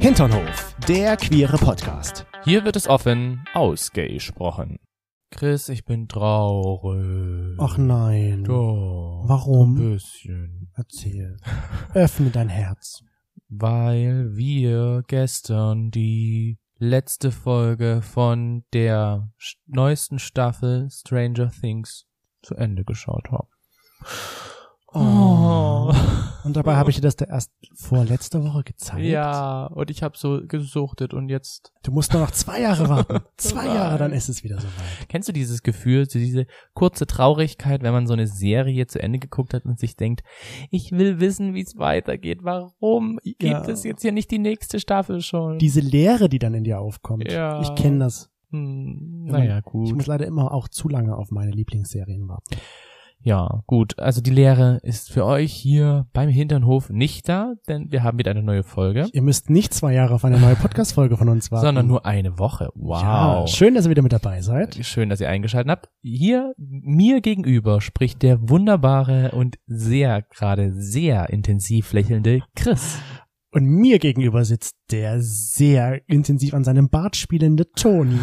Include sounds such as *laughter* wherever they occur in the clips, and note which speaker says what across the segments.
Speaker 1: Hinternhof, der queere Podcast.
Speaker 2: Hier wird es offen ausgesprochen. Chris, ich bin traurig.
Speaker 1: Ach nein.
Speaker 2: Doch.
Speaker 1: Warum?
Speaker 2: Ein bisschen.
Speaker 1: Erzähl. Öffne dein Herz.
Speaker 2: Weil wir gestern die letzte Folge von der sch- neuesten Staffel Stranger Things zu Ende geschaut haben. Oh.
Speaker 1: Oh. Und dabei habe ich dir das da erst vor letzter Woche gezeigt.
Speaker 2: *laughs* Ja, und ich habe so gesuchtet und jetzt
Speaker 1: Du musst nur noch zwei Jahre
Speaker 2: *laughs*
Speaker 1: warten. Zwei
Speaker 2: Nein.
Speaker 1: Jahre, dann ist es wieder soweit.
Speaker 2: Kennst du dieses Gefühl, so diese kurze Traurigkeit, wenn man so eine Serie zu Ende geguckt hat und sich denkt, ich will wissen, wie es weitergeht. Warum gibt
Speaker 1: Ja.
Speaker 2: es jetzt hier nicht die nächste Staffel schon?
Speaker 1: Diese Leere, die dann in dir aufkommt.
Speaker 2: Ja.
Speaker 1: Ich kenne das.
Speaker 2: hm, naja,
Speaker 1: Ich muss
Speaker 2: gut.
Speaker 1: leider immer auch zu lange auf meine Lieblingsserien warten.
Speaker 2: Ja, gut. Also die Lehre ist für euch hier beim Hinternhof nicht da, denn wir haben wieder eine neue Folge,
Speaker 1: Ihr müsst nicht zwei Jahre auf eine neue Podcast-Folge von uns warten.
Speaker 2: sondern nur eine Woche. Wow.
Speaker 1: Ja, schön, dass ihr wieder mit dabei seid.
Speaker 2: Schön, dass ihr eingeschaltet habt. Hier mir gegenüber spricht der wunderbare und sehr gerade sehr intensiv lächelnde Chris.
Speaker 1: Und mir gegenüber sitzt der sehr intensiv an seinem Bart spielende
Speaker 2: *laughs*
Speaker 1: Toni.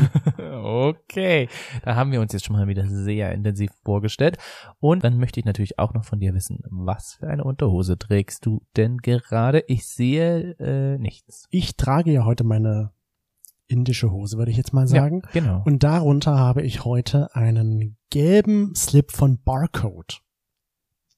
Speaker 2: Okay, da haben wir uns jetzt schon mal wieder sehr intensiv vorgestellt. Und dann möchte ich natürlich auch noch von dir wissen, was für eine Unterhose trägst du denn gerade? Ich sehe äh, nichts.
Speaker 1: Ich trage ja heute meine indische Hose, würde ich jetzt mal sagen.
Speaker 2: Ja, genau.
Speaker 1: Und darunter habe ich heute einen gelben Slip von Barcode.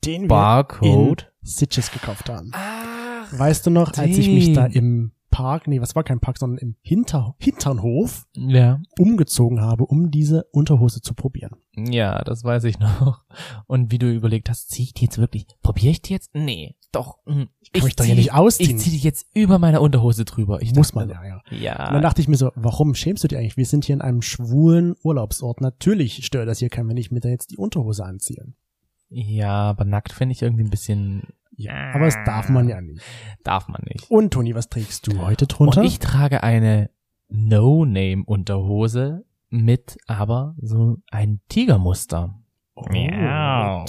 Speaker 1: Den
Speaker 2: Barcode.
Speaker 1: wir in Sitges gekauft haben.
Speaker 2: Ach,
Speaker 1: Weißt du noch, als ich mich da
Speaker 2: den.
Speaker 1: im Park, nee, was war kein Park, sondern im Hinter Hinternhof
Speaker 2: ja.
Speaker 1: umgezogen habe, um diese Unterhose zu probieren.
Speaker 2: Ja, das weiß ich noch. Und wie du überlegt hast, zieh ich die jetzt wirklich? Probier ich die jetzt? Nee, doch. hm,
Speaker 1: Kann mich doch
Speaker 2: zieh
Speaker 1: hier
Speaker 2: die-
Speaker 1: nicht ausziehen.
Speaker 2: Ich zieh die jetzt über meine Unterhose drüber. Ich
Speaker 1: Muss man
Speaker 2: dachte,
Speaker 1: ja, ja. Und dann
Speaker 2: Ja.
Speaker 1: dachte ich mir so, warum schämst du dich eigentlich? Wir sind hier in einem schwulen Urlaubsort. Natürlich stört das hier keinen, wenn ich mir da jetzt die Unterhose anziehe.
Speaker 2: Ja, aber nackt finde ich irgendwie ein bisschen. Ja.
Speaker 1: Aber das darf man ja nicht.
Speaker 2: Darf man nicht.
Speaker 1: Und Toni, was trägst du heute drunter?
Speaker 2: Und Oh, ich trage eine No-Name-Unterhose mit aber so ein Tigermuster.
Speaker 1: oh,
Speaker 2: Tiger. Erwecke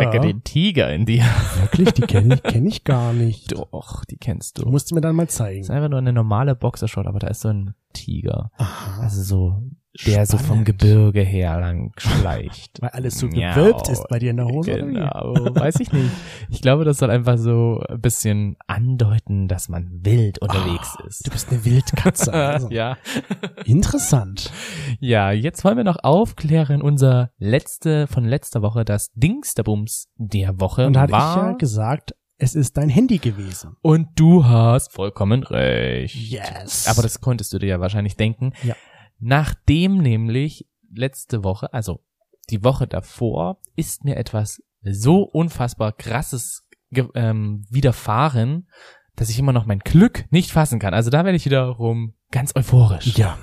Speaker 1: Tiger.
Speaker 2: Äh, den Tiger in dir.
Speaker 1: Wirklich, die kenne ich, kenn ich gar nicht. Du
Speaker 2: Doch, die kennst du.
Speaker 1: musst du mir dann mal
Speaker 2: ist
Speaker 1: zeigen.
Speaker 2: einfach nur eine normale Boxershort, aber da ist so ein Tiger.
Speaker 1: Aha.
Speaker 2: Also so, der so vom
Speaker 1: Ah, Spannend.
Speaker 2: Gebirge her lang
Speaker 1: *laughs*
Speaker 2: schleicht.
Speaker 1: Weil alles so
Speaker 2: Miau.
Speaker 1: gewölbt ist bei dir in der Hose. oder wie?
Speaker 2: Genau, weiß ich nicht. Ich glaube, das soll einfach so ein bisschen andeuten, dass man wild unterwegs
Speaker 1: Ah,
Speaker 2: ist.
Speaker 1: Du bist eine
Speaker 2: *laughs*
Speaker 1: Wildkatze. Also.
Speaker 2: Ja.
Speaker 1: Interessant.
Speaker 2: Ja, jetzt wollen wir noch aufklären, unser letzte von letzter Woche, das Dingsterbums der Woche
Speaker 1: Und da hatte ich
Speaker 2: war.
Speaker 1: ja gesagt, es ist dein Handy gewesen.
Speaker 2: und du hast vollkommen recht.
Speaker 1: Yes.
Speaker 2: Aber das konntest du dir ja wahrscheinlich denken.
Speaker 1: Ja.
Speaker 2: Nachdem nämlich letzte Woche, also die Woche davor, ist mir etwas so unfassbar krasses ge- ähm, widerfahren, dass ich immer noch mein Glück nicht fassen kann. Also da werde ich wiederum ganz euphorisch.
Speaker 1: ja.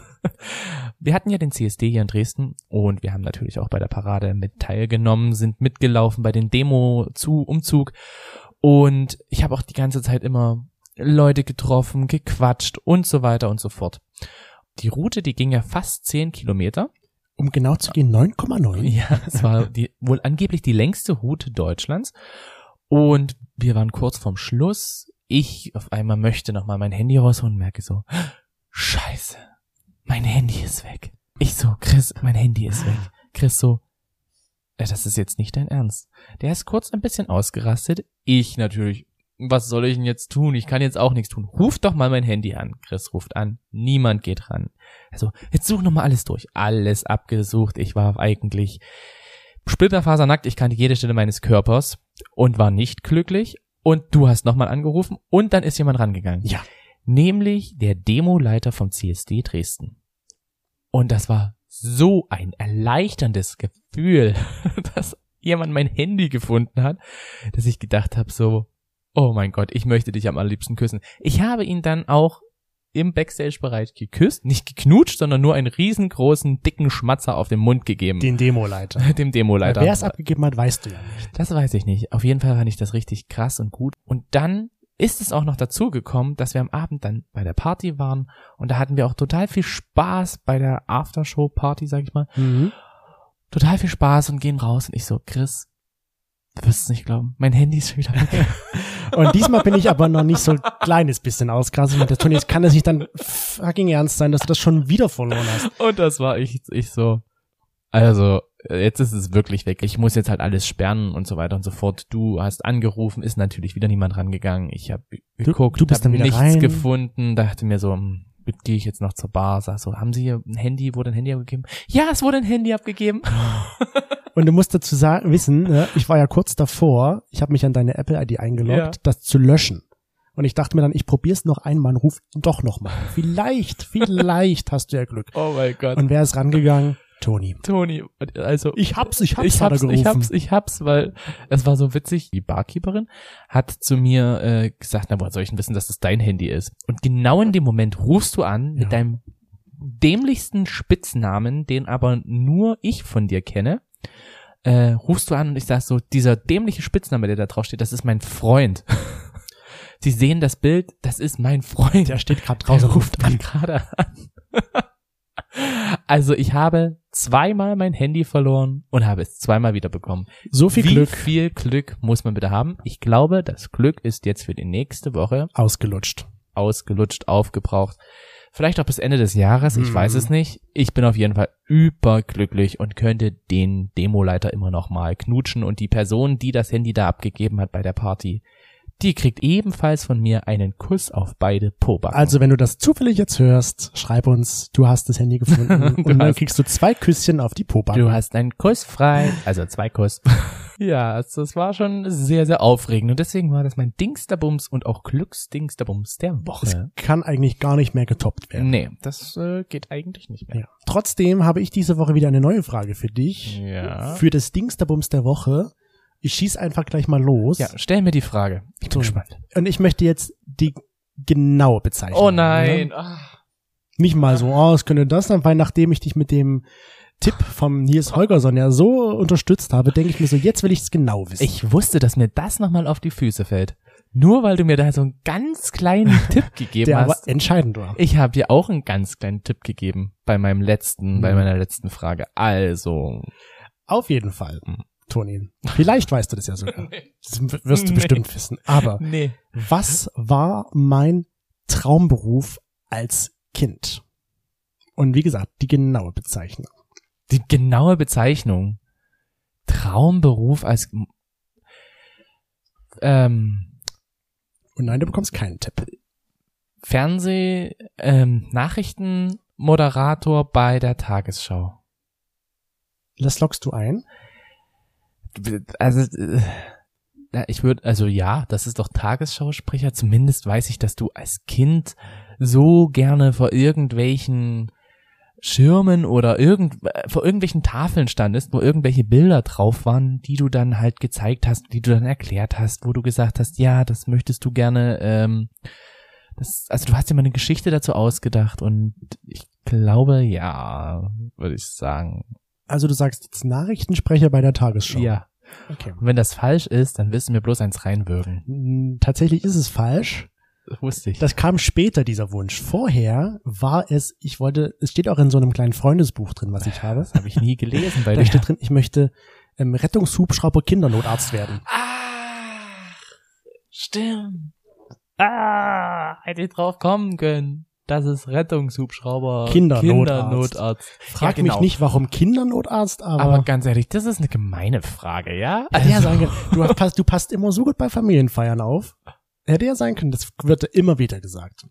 Speaker 2: Wir hatten ja den CSD hier in Dresden und wir haben natürlich auch bei der Parade mit teilgenommen, sind mitgelaufen bei den Demo zu Umzug und ich habe auch die ganze Zeit immer Leute getroffen, gequatscht und so weiter und so fort. Die Route, die ging ja fast 10 Kilometer.
Speaker 1: Um genau zu gehen, 9,9.
Speaker 2: Ja, es war die, wohl angeblich die längste Route Deutschlands. Und wir waren kurz vorm Schluss. Ich auf einmal möchte nochmal mein Handy rausholen und merke so, scheiße, mein Handy ist weg. Ich so, Chris, mein Handy ist weg. Chris so, "Äh, das ist jetzt nicht dein Ernst. Der ist kurz ein bisschen ausgerastet. Ich natürlich, was soll ich denn jetzt tun? Ich kann jetzt auch nichts tun. Ruf doch mal mein Handy an. Chris ruft an. Niemand geht ran. Also, jetzt such nochmal alles durch. Alles abgesucht. Ich war eigentlich splitterfasernackt. Ich kannte jede Stelle meines Körpers und war nicht glücklich. Und du hast nochmal angerufen und dann ist jemand rangegangen.
Speaker 1: Ja.
Speaker 2: Nämlich der Demoleiter vom CSD Dresden. Und das war so ein erleichterndes Gefühl, *laughs* dass jemand mein Handy gefunden hat, dass ich gedacht habe so, oh mein Gott, ich möchte dich am allerliebsten küssen. Ich habe ihn dann auch im Backstage-Bereich geküsst, nicht geknutscht, sondern nur einen riesengroßen, dicken Schmatzer auf den Mund gegeben.
Speaker 1: Den Demo-Leiter.
Speaker 2: *laughs* dem
Speaker 1: Weil
Speaker 2: Demo-Leiter.
Speaker 1: Wer es abgegeben hat, weißt du ja nicht.
Speaker 2: Das weiß ich nicht. Auf jeden Fall fand ich das richtig krass und gut. Und dann ist es auch noch dazu gekommen, dass wir am Abend dann bei der Party waren und da hatten wir auch total viel Spaß bei der
Speaker 1: Mhm.
Speaker 2: Aftershow-Party, sag ich mal. Total viel Spaß und gehen raus und ich so, Chris, Du wirst es nicht glauben. Mein Handy ist schon wieder weg.
Speaker 1: Und diesmal bin ich aber noch nicht so ein kleines bisschen ausgerastet. Und der Toni, es kann es nicht dann fucking ernst sein, dass du das schon wieder verloren hast.
Speaker 2: Und das war ich, ich so. Also, jetzt ist es wirklich weg. Ich muss jetzt halt alles sperren und so weiter und so fort. Du hast angerufen, ist natürlich wieder niemand rangegangen. Ich habe geguckt,
Speaker 1: du bist
Speaker 2: hab
Speaker 1: dann wieder
Speaker 2: nichts
Speaker 1: rein.
Speaker 2: gefunden. Dachte mir so, hm, gehe ich jetzt noch zur Bar, sag so, haben Sie hier ein Handy, wurde ein Handy abgegeben? Ja, es wurde ein
Speaker 1: *laughs*
Speaker 2: Handy abgegeben.
Speaker 1: Und du musst dazu sagen, wissen, ne, ich war ja kurz davor, ich habe mich an deine Apple-ID eingeloggt,
Speaker 2: Ja.
Speaker 1: das zu löschen. Und ich dachte mir dann, ich probier's noch einmal und ruf doch noch mal. an. Vielleicht, vielleicht hast du ja Glück.
Speaker 2: Oh mein Gott.
Speaker 1: Und wer ist rangegangen? Toni.
Speaker 2: Toni, also
Speaker 1: Ich hab's, ich hab's,
Speaker 2: ich
Speaker 1: hat er
Speaker 2: hab's,
Speaker 1: gerufen.
Speaker 2: ich hab's, ich hab's, weil es war so witzig. Die Barkeeperin hat zu mir äh, gesagt, na woher soll ich denn wissen, dass das dein Handy ist? Und genau in dem Moment rufst du an
Speaker 1: Ja.
Speaker 2: mit deinem dämlichsten Spitznamen, den aber nur ich von dir kenne. Äh, rufst du an und ich sag so, dieser dämliche Spitzname, der da drauf steht, das ist mein Freund. *laughs* Sie sehen das Bild, das ist mein Freund.
Speaker 1: Der steht gerade draußen
Speaker 2: Draußen
Speaker 1: und ruft an.
Speaker 2: gerade an. *laughs* Also ich habe zweimal mein Handy verloren und habe es zweimal wiederbekommen.
Speaker 1: So viel
Speaker 2: Wie
Speaker 1: Glück
Speaker 2: viel Glück muss man bitte haben? Ich glaube, das Glück ist jetzt für die nächste Woche
Speaker 1: ausgelutscht.
Speaker 2: ausgelutscht, aufgebraucht. Vielleicht auch bis Ende des Jahres, ich
Speaker 1: Mhm.
Speaker 2: weiß es nicht. Ich bin auf jeden Fall überglücklich und könnte den Demoleiter immer noch mal knutschen und die Person, die das Handy da abgegeben hat bei der Party, die kriegt ebenfalls von mir einen Kuss auf beide Pobacken.
Speaker 1: Also, wenn du das zufällig jetzt hörst, schreib uns, du hast das Handy gefunden.
Speaker 2: *laughs* Du
Speaker 1: und dann
Speaker 2: hast-
Speaker 1: kriegst du zwei Küsschen auf die Pobacken.
Speaker 2: Du hast einen Kuss frei. Also zwei Kuss. *laughs* ja, also es- das war schon sehr, sehr aufregend. Und deswegen war das mein Dingsterbums und auch Glücksdingsterbums der
Speaker 1: Es
Speaker 2: Woche.
Speaker 1: kann eigentlich gar nicht mehr getoppt werden.
Speaker 2: Nee, das äh, geht eigentlich nicht mehr.
Speaker 1: Ja. Trotzdem habe ich diese Woche wieder eine neue Frage für dich.
Speaker 2: Ja.
Speaker 1: Für das Dingsterbums der Woche. Ich schieß einfach gleich mal los.
Speaker 2: Ja, stell mir die Frage. Ich bin
Speaker 1: So.
Speaker 2: gespannt.
Speaker 1: Und ich möchte jetzt die genaue Bezeichnung.
Speaker 2: Oh nein.
Speaker 1: Ne?
Speaker 2: Ah.
Speaker 1: Nicht mal so, oh, es könnte das sein, weil nachdem ich dich mit dem Tipp vom Nils Holgersson ja so unterstützt habe, denke ich mir so, jetzt will ich es genau wissen.
Speaker 2: Ich wusste, dass mir das nochmal auf die Füße fällt. Nur weil du mir da so einen ganz *laughs* kleinen Tipp gegeben
Speaker 1: der aber
Speaker 2: hast.
Speaker 1: entscheidend war.
Speaker 2: Ich habe dir auch einen ganz kleinen Tipp gegeben bei meinem letzten, bei
Speaker 1: Mhm.
Speaker 2: meiner letzten Frage. Also,
Speaker 1: Auf jeden Fall,
Speaker 2: Hm.
Speaker 1: Toni. Vielleicht weißt du das ja sogar. Das w- wirst du
Speaker 2: *laughs* Nee.
Speaker 1: bestimmt wissen. Aber
Speaker 2: nee.
Speaker 1: Was war mein Traumberuf als Kind? Und wie gesagt, die genaue Bezeichnung.
Speaker 2: Die genaue Bezeichnung. Traumberuf als ähm,
Speaker 1: Und nein, du bekommst keinen Tipp.
Speaker 2: Fernseh ähm, Nachrichtenmoderator bei der Tagesschau.
Speaker 1: Das lockst du ein.
Speaker 2: Also äh, ja, ich würde also ja, das ist doch Tagesschausprecher, zumindest weiß ich, dass du als Kind so gerne vor irgendwelchen Schirmen oder irgend äh, vor irgendwelchen Tafeln standest, wo irgendwelche Bilder drauf waren, die du dann halt gezeigt hast, die du dann erklärt hast, wo du gesagt hast, ja, das möchtest du gerne. Ähm, das, also du hast dir mal eine Geschichte dazu ausgedacht und ich glaube, ja, würde ich sagen,
Speaker 1: Also du sagst jetzt Nachrichtensprecher bei der Tagesschau.
Speaker 2: ja.
Speaker 1: Okay.
Speaker 2: Und wenn das falsch ist, dann wirst du mir bloß eins reinwürgen.
Speaker 1: Mm, Tatsächlich ist es falsch.
Speaker 2: Wusste ich.
Speaker 1: Das kam später, dieser Wunsch. Vorher war es, ich wollte, es steht auch in so einem kleinen Freundesbuch drin, was ich habe.
Speaker 2: Das habe ich nie gelesen bei
Speaker 1: Da
Speaker 2: dir. *laughs*
Speaker 1: steht drin, ich möchte ähm, Rettungshubschrauber Kindernotarzt werden.
Speaker 2: Ach, stimmt. Ah, hätte ich drauf kommen können. Das ist Rettungshubschrauber.
Speaker 1: Kindernotarzt.
Speaker 2: Kindernotarzt.
Speaker 1: Frag
Speaker 2: Ja, genau.
Speaker 1: mich nicht, warum Kindernotarzt, aber.
Speaker 2: Aber ganz ehrlich, das ist eine gemeine Frage, ja?
Speaker 1: Hätte ja sein können. Du hast- passt, du passt immer so gut bei Familienfeiern auf. Hätte ja sein können. Das wird immer wieder gesagt.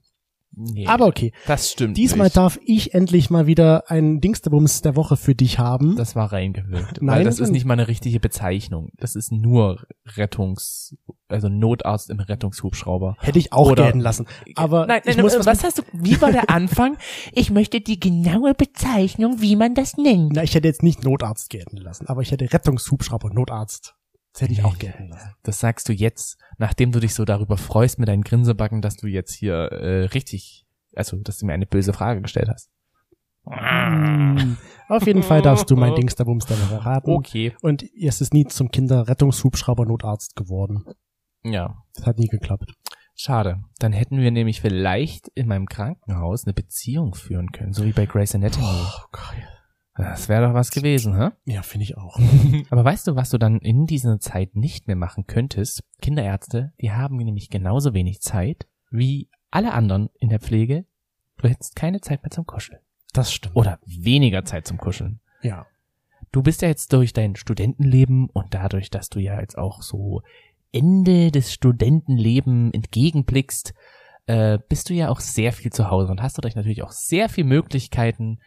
Speaker 2: nee,
Speaker 1: Aber okay.
Speaker 2: das stimmt.
Speaker 1: Diesmal
Speaker 2: nicht.
Speaker 1: darf ich endlich mal wieder einen Dingstebums der Woche für dich haben.
Speaker 2: Das war reingewirkt.
Speaker 1: Nein,
Speaker 2: weil das
Speaker 1: das
Speaker 2: ist
Speaker 1: nicht.
Speaker 2: nicht mal eine richtige Bezeichnung. Das ist nur Rettungs, also Notarzt im Rettungshubschrauber.
Speaker 1: Hätte ich auch
Speaker 2: Oder-
Speaker 1: gelten lassen. Aber
Speaker 2: nein,
Speaker 1: ich
Speaker 2: nein, äh,
Speaker 1: muss
Speaker 2: was,
Speaker 1: was,
Speaker 2: hast du? Wie war der Anfang? Ich möchte die genaue Bezeichnung, wie man das nennt.
Speaker 1: na, ich hätte jetzt nicht Notarzt gelten lassen, aber ich hätte Rettungshubschrauber und Notarzt. Das hätte ich auch gelten lassen.
Speaker 2: Das sagst du jetzt, nachdem du dich so darüber freust mit deinen Grinsebacken, dass du jetzt hier äh, richtig, also dass du mir eine böse Frage gestellt hast.
Speaker 1: Mm.
Speaker 2: Ah.
Speaker 1: Auf jeden Fall darfst du
Speaker 2: *laughs*
Speaker 1: mein Dingsterbums der Woche raten.
Speaker 2: Okay.
Speaker 1: Und es ist nie zum Kinderrettungshubschrauber Notarzt geworden.
Speaker 2: Ja,
Speaker 1: Das hat nie geklappt.
Speaker 2: schade. Dann hätten wir nämlich vielleicht in meinem Krankenhaus eine Beziehung führen können, so wie bei Grey's Anatomy.
Speaker 1: geil.
Speaker 2: Das wäre doch was gewesen, hä?
Speaker 1: Ja, finde ich auch.
Speaker 2: Hm. Aber weißt du, was du dann in dieser Zeit nicht mehr machen könntest? Kinderärzte, die haben nämlich genauso wenig Zeit wie alle anderen in der Pflege. Du hättest keine Zeit mehr zum Kuscheln.
Speaker 1: Das stimmt.
Speaker 2: Oder weniger Zeit zum Kuscheln.
Speaker 1: Ja.
Speaker 2: Du bist ja jetzt durch dein Studentenleben und dadurch, dass du ja jetzt auch so Ende des Studentenleben entgegenblickst, äh, bist du ja auch sehr viel zu Hause und hast dadurch natürlich auch sehr viel Möglichkeiten,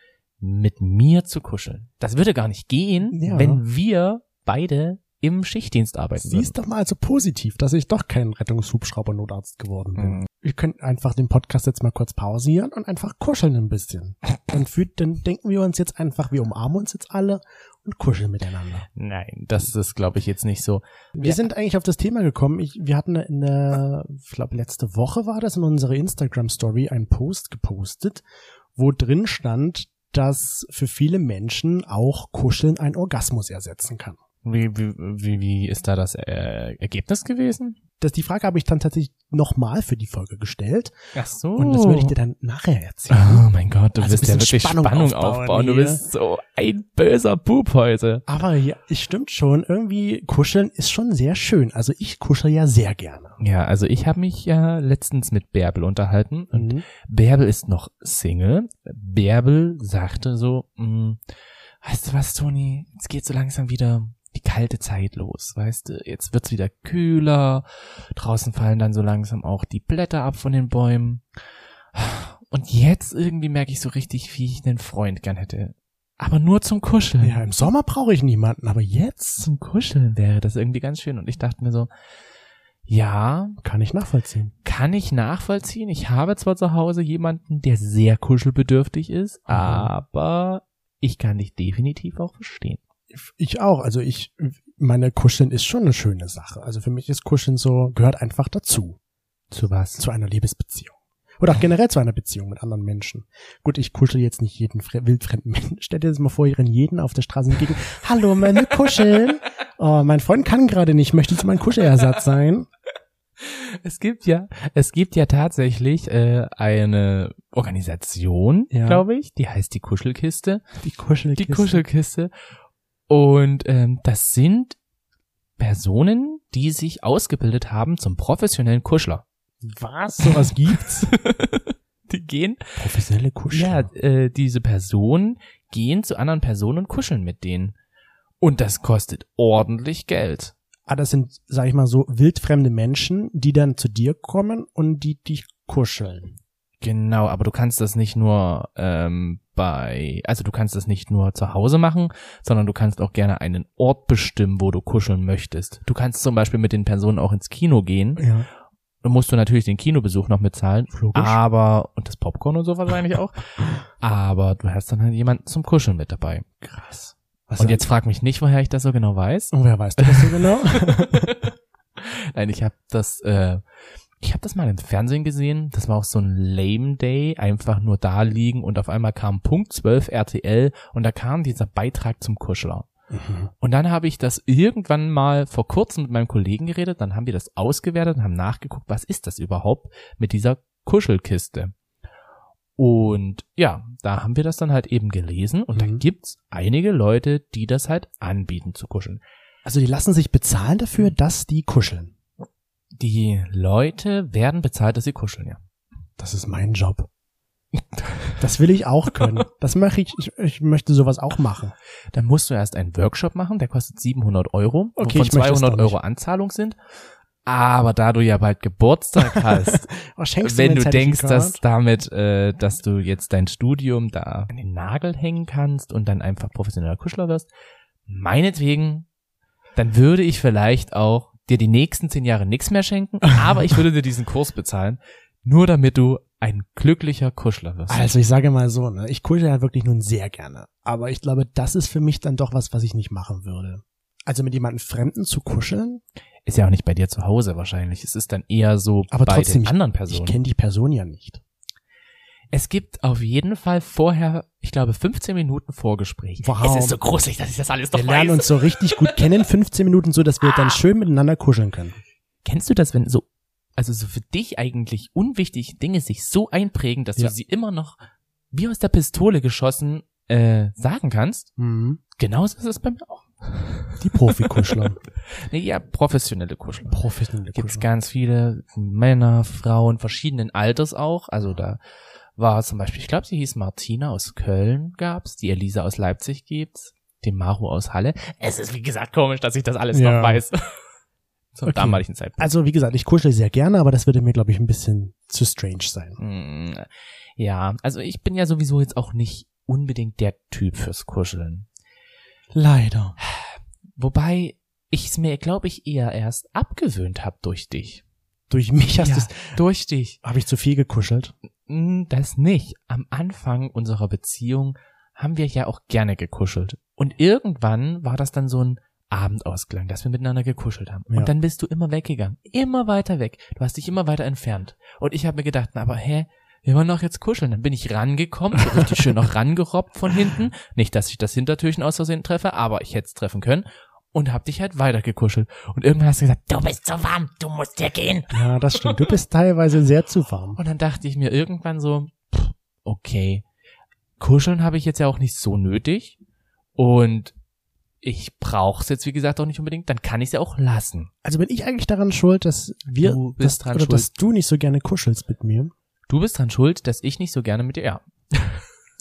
Speaker 2: mit mir zu kuscheln. Das würde gar nicht gehen,
Speaker 1: Ja.
Speaker 2: wenn wir beide im Schichtdienst arbeiten
Speaker 1: Siehst doch mal also positiv, dass ich doch kein Rettungshubschrauber-Notarzt geworden bin.
Speaker 2: würden.
Speaker 1: Wir könnten einfach den Podcast jetzt mal kurz pausieren und einfach kuscheln ein
Speaker 2: *laughs*
Speaker 1: bisschen. Dann, fühlt, dann denken wir uns jetzt einfach, wir umarmen uns jetzt alle und kuscheln miteinander.
Speaker 2: Nein, das ist, glaube ich, jetzt nicht so.
Speaker 1: Wir sind eigentlich auf das Thema gekommen. Ich, wir hatten eine, ich glaube, letzte Woche war das in unserer Instagram-Story einen Post gepostet, wo drin stand, dass für viele Menschen auch Kuscheln einen Orgasmus ersetzen kann.
Speaker 2: Wie, wie, wie, wie ist da das äh, Ergebnis gewesen?
Speaker 1: Das, die Frage habe ich dann tatsächlich nochmal für die Folge gestellt
Speaker 2: Ach so.
Speaker 1: und das würde ich dir dann nachher erzählen.
Speaker 2: Oh mein Gott, du
Speaker 1: Also
Speaker 2: wirst ja
Speaker 1: ein bisschen
Speaker 2: wirklich Spannung,
Speaker 1: Spannung
Speaker 2: aufbauen.
Speaker 1: aufbauen
Speaker 2: Du
Speaker 1: hier.
Speaker 2: bist so ein böser Bub heute.
Speaker 1: Aber ja, es stimmt schon, irgendwie kuscheln ist schon sehr schön. Also ich kuschel ja sehr gerne.
Speaker 2: Ja, also ich habe mich ja letztens mit Bärbel unterhalten und Bärbel ist noch Single. Bärbel sagte so, "Mm, weißt du was, Toni, jetzt geht so langsam wieder die kalte Zeit los, weißt du, jetzt wird's wieder kühler, draußen fallen dann so langsam auch die Blätter ab von den Bäumen. Und jetzt irgendwie merke ich so richtig, wie ich einen Freund gern hätte. Aber nur zum Kuscheln
Speaker 1: Ja, im Sommer brauche ich niemanden, aber jetzt
Speaker 2: zum Kuscheln wäre das irgendwie ganz schön. Und ich dachte mir so, ja,
Speaker 1: kann ich nachvollziehen.
Speaker 2: kann ich nachvollziehen. Ich habe zwar zu Hause jemanden, der sehr kuschelbedürftig ist,
Speaker 1: Mhm.
Speaker 2: aber ich kann dich definitiv auch verstehen.
Speaker 1: Ich auch. Also ich, meine Kuscheln ist schon eine schöne Sache. Also für mich ist Kuscheln so, gehört einfach dazu.
Speaker 2: Zu was?
Speaker 1: Zu einer Liebesbeziehung. Oder auch generell zu einer Beziehung mit anderen Menschen. Gut, ich kuschel jetzt nicht jeden fre wildfremden *laughs* Menschen. Stell dir das mal vor, ihr rennt jeden auf der Straße entgegen. Hallo, meine Kuscheln. Oh, mein Freund kann gerade nicht. Möchtest du mein Kuschelersatz sein?
Speaker 2: Es gibt ja, es gibt ja tatsächlich äh, eine Organisation,
Speaker 1: Ja.
Speaker 2: glaube ich, die heißt die Kuschelkiste.
Speaker 1: Die Kuschelkiste.
Speaker 2: Die Kuschelkiste. Und ähm, das sind Personen, die sich ausgebildet haben zum professionellen Kuschler.
Speaker 1: Was? Sowas gibt's?
Speaker 2: *laughs* Die gehen
Speaker 1: Professionelle Kuschler.
Speaker 2: Ja, äh, diese Personen gehen zu anderen Personen und kuscheln mit denen. Und das kostet ordentlich Geld.
Speaker 1: Ah, das sind, sag ich mal so, wildfremde Menschen, die dann zu dir kommen und die dich kuscheln.
Speaker 2: Genau, aber du kannst das nicht nur ähm, bei, also du kannst das nicht nur zu Hause machen, sondern du kannst auch gerne einen Ort bestimmen, wo du kuscheln möchtest. Du kannst zum Beispiel mit den Personen auch ins Kino gehen.
Speaker 1: Ja.
Speaker 2: Dann musst du natürlich den Kinobesuch noch mitzahlen.
Speaker 1: Logisch.
Speaker 2: Aber, und das Popcorn und so wahrscheinlich auch. aber du hast dann halt jemanden zum Kuscheln mit dabei. Krass.
Speaker 1: Was
Speaker 2: Und jetzt frag mich nicht, woher ich das so genau
Speaker 1: *laughs*
Speaker 2: weiß.
Speaker 1: Und wer weißt du
Speaker 2: *laughs*
Speaker 1: das so genau?
Speaker 2: Nein, ich habe das, äh, ich habe das mal im Fernsehen gesehen. Das war auch so ein lame Day, einfach nur da liegen und auf einmal kam Punkt 12 RTL und da kam dieser Beitrag zum Kuschler. Und dann habe ich das irgendwann mal vor kurzem mit meinem Kollegen geredet, dann haben wir das ausgewertet und haben nachgeguckt, was ist das überhaupt mit dieser Kuschelkiste. Und ja, da haben wir das dann halt eben gelesen und da
Speaker 1: Mhm.
Speaker 2: gibt's einige Leute, die das halt anbieten zu kuscheln.
Speaker 1: also die lassen sich bezahlen dafür, dass die kuscheln.
Speaker 2: Die Leute werden bezahlt, dass sie kuscheln, ja.
Speaker 1: Das ist mein Job. Das will ich auch können. Das mache ich, ich. Ich möchte sowas auch machen.
Speaker 2: Dann musst du erst einen Workshop machen, der kostet 700 Euro,
Speaker 1: Okay,
Speaker 2: wovon
Speaker 1: ich möchte das
Speaker 2: 200
Speaker 1: doch nicht.
Speaker 2: Euro Anzahlung sind. Aber da du ja
Speaker 1: *laughs*
Speaker 2: bald Geburtstag hast,
Speaker 1: Oh, schenkst
Speaker 2: wenn
Speaker 1: mir ein
Speaker 2: du denkst, dass
Speaker 1: Zertifikat?
Speaker 2: damit, äh, dass du jetzt dein Studium da an den Nagel hängen kannst und dann einfach professioneller Kuschler wirst, meinetwegen, dann würde ich vielleicht auch dir die nächsten zehn Jahre nichts
Speaker 1: *laughs*
Speaker 2: mehr schenken, aber ich würde dir diesen Kurs bezahlen, nur damit du ein glücklicher Kuschler wirst.
Speaker 1: Also ich sage mal so, ne, ich kuschel ja wirklich nun sehr gerne. Aber ich glaube, das ist für mich dann doch was, was ich nicht machen würde. Also mit jemandem Fremden zu kuscheln,
Speaker 2: Ist ja auch nicht bei dir zu Hause wahrscheinlich. Es ist dann eher so
Speaker 1: Aber
Speaker 2: bei
Speaker 1: trotzdem,
Speaker 2: den anderen
Speaker 1: ich
Speaker 2: Personen.
Speaker 1: kenne die Person ja nicht.
Speaker 2: Es gibt auf jeden Fall vorher, ich glaube, 15 Minuten Vorgespräch.
Speaker 1: Wow.
Speaker 2: Es ist so gruselig, dass ich das alles
Speaker 1: Wir
Speaker 2: doch
Speaker 1: lernen
Speaker 2: weiß. Ah.
Speaker 1: uns so richtig gut kennen, 15 Minuten, so dass wir dann schön miteinander kuscheln können.
Speaker 2: Kennst du das, wenn so, also so für dich eigentlich unwichtig Dinge sich so einprägen, dass
Speaker 1: Ja.
Speaker 2: du sie immer noch wie aus der Pistole geschossen äh, sagen kannst,
Speaker 1: Mhm.
Speaker 2: genauso ist es bei mir auch.
Speaker 1: Die Profikuschler.
Speaker 2: Nee, ja, professionelle Kuschler.
Speaker 1: Professionelle
Speaker 2: Gibt's
Speaker 1: Kuschler.
Speaker 2: ganz viele Männer, Frauen, verschiedenen Alters auch. Also da war zum Beispiel, ich glaube, sie hieß Martina aus Köln gab's, die Elisa aus Leipzig gibt's, den Maru aus Halle. Es ist wie gesagt komisch, dass ich das alles
Speaker 1: Ja.
Speaker 2: noch *laughs* weiß. Zum
Speaker 1: Okay.
Speaker 2: damaligen Zeitpunkt.
Speaker 1: Also wie gesagt, ich kuschle sehr gerne, aber das würde mir, glaube ich, ein bisschen zu strange sein.
Speaker 2: Mm, Ja, also ich bin ja sowieso jetzt auch nicht unbedingt der Typ fürs Kuscheln.
Speaker 1: Leider.
Speaker 2: Wobei ich es mir, glaube ich, eher erst abgewöhnt hab durch dich.
Speaker 1: Durch mich hast
Speaker 2: Ja,
Speaker 1: du's.
Speaker 2: durch dich.
Speaker 1: Habe ich zu viel gekuschelt?
Speaker 2: Mm, Das nicht. Am Anfang unserer Beziehung haben wir ja auch gerne gekuschelt. Und irgendwann war das dann so ein Abendausklang, dass wir miteinander gekuschelt haben.
Speaker 1: Ja.
Speaker 2: Und dann bist du immer weggegangen. Immer weiter weg. Du hast dich immer weiter entfernt. Und ich habe mir gedacht, na, aber hä? Wir wollen doch jetzt kuscheln. Dann bin ich rangekommen, so richtig schön *laughs* noch rangerobbt von hinten. Nicht, dass ich das Hintertürchen aus Versehen treffe, aber ich hätte es treffen können. Und hab dich halt weiter gekuschelt. Und irgendwann hast du gesagt, du bist so warm, du musst hier gehen.
Speaker 1: Ja, das stimmt. Du bist teilweise sehr zu warm.
Speaker 2: Und dann dachte ich mir irgendwann so, pff, okay, kuscheln habe ich jetzt ja auch nicht so nötig und ich brauche es jetzt wie gesagt auch nicht unbedingt, dann kann ich es ja auch lassen.
Speaker 1: Also bin ich eigentlich daran schuld, dass wir,
Speaker 2: Du bist
Speaker 1: dass,
Speaker 2: dran
Speaker 1: oder
Speaker 2: schuld.
Speaker 1: dass du nicht so gerne kuschelst mit mir.
Speaker 2: Du bist dran schuld, dass ich nicht so gerne mit dir, ja,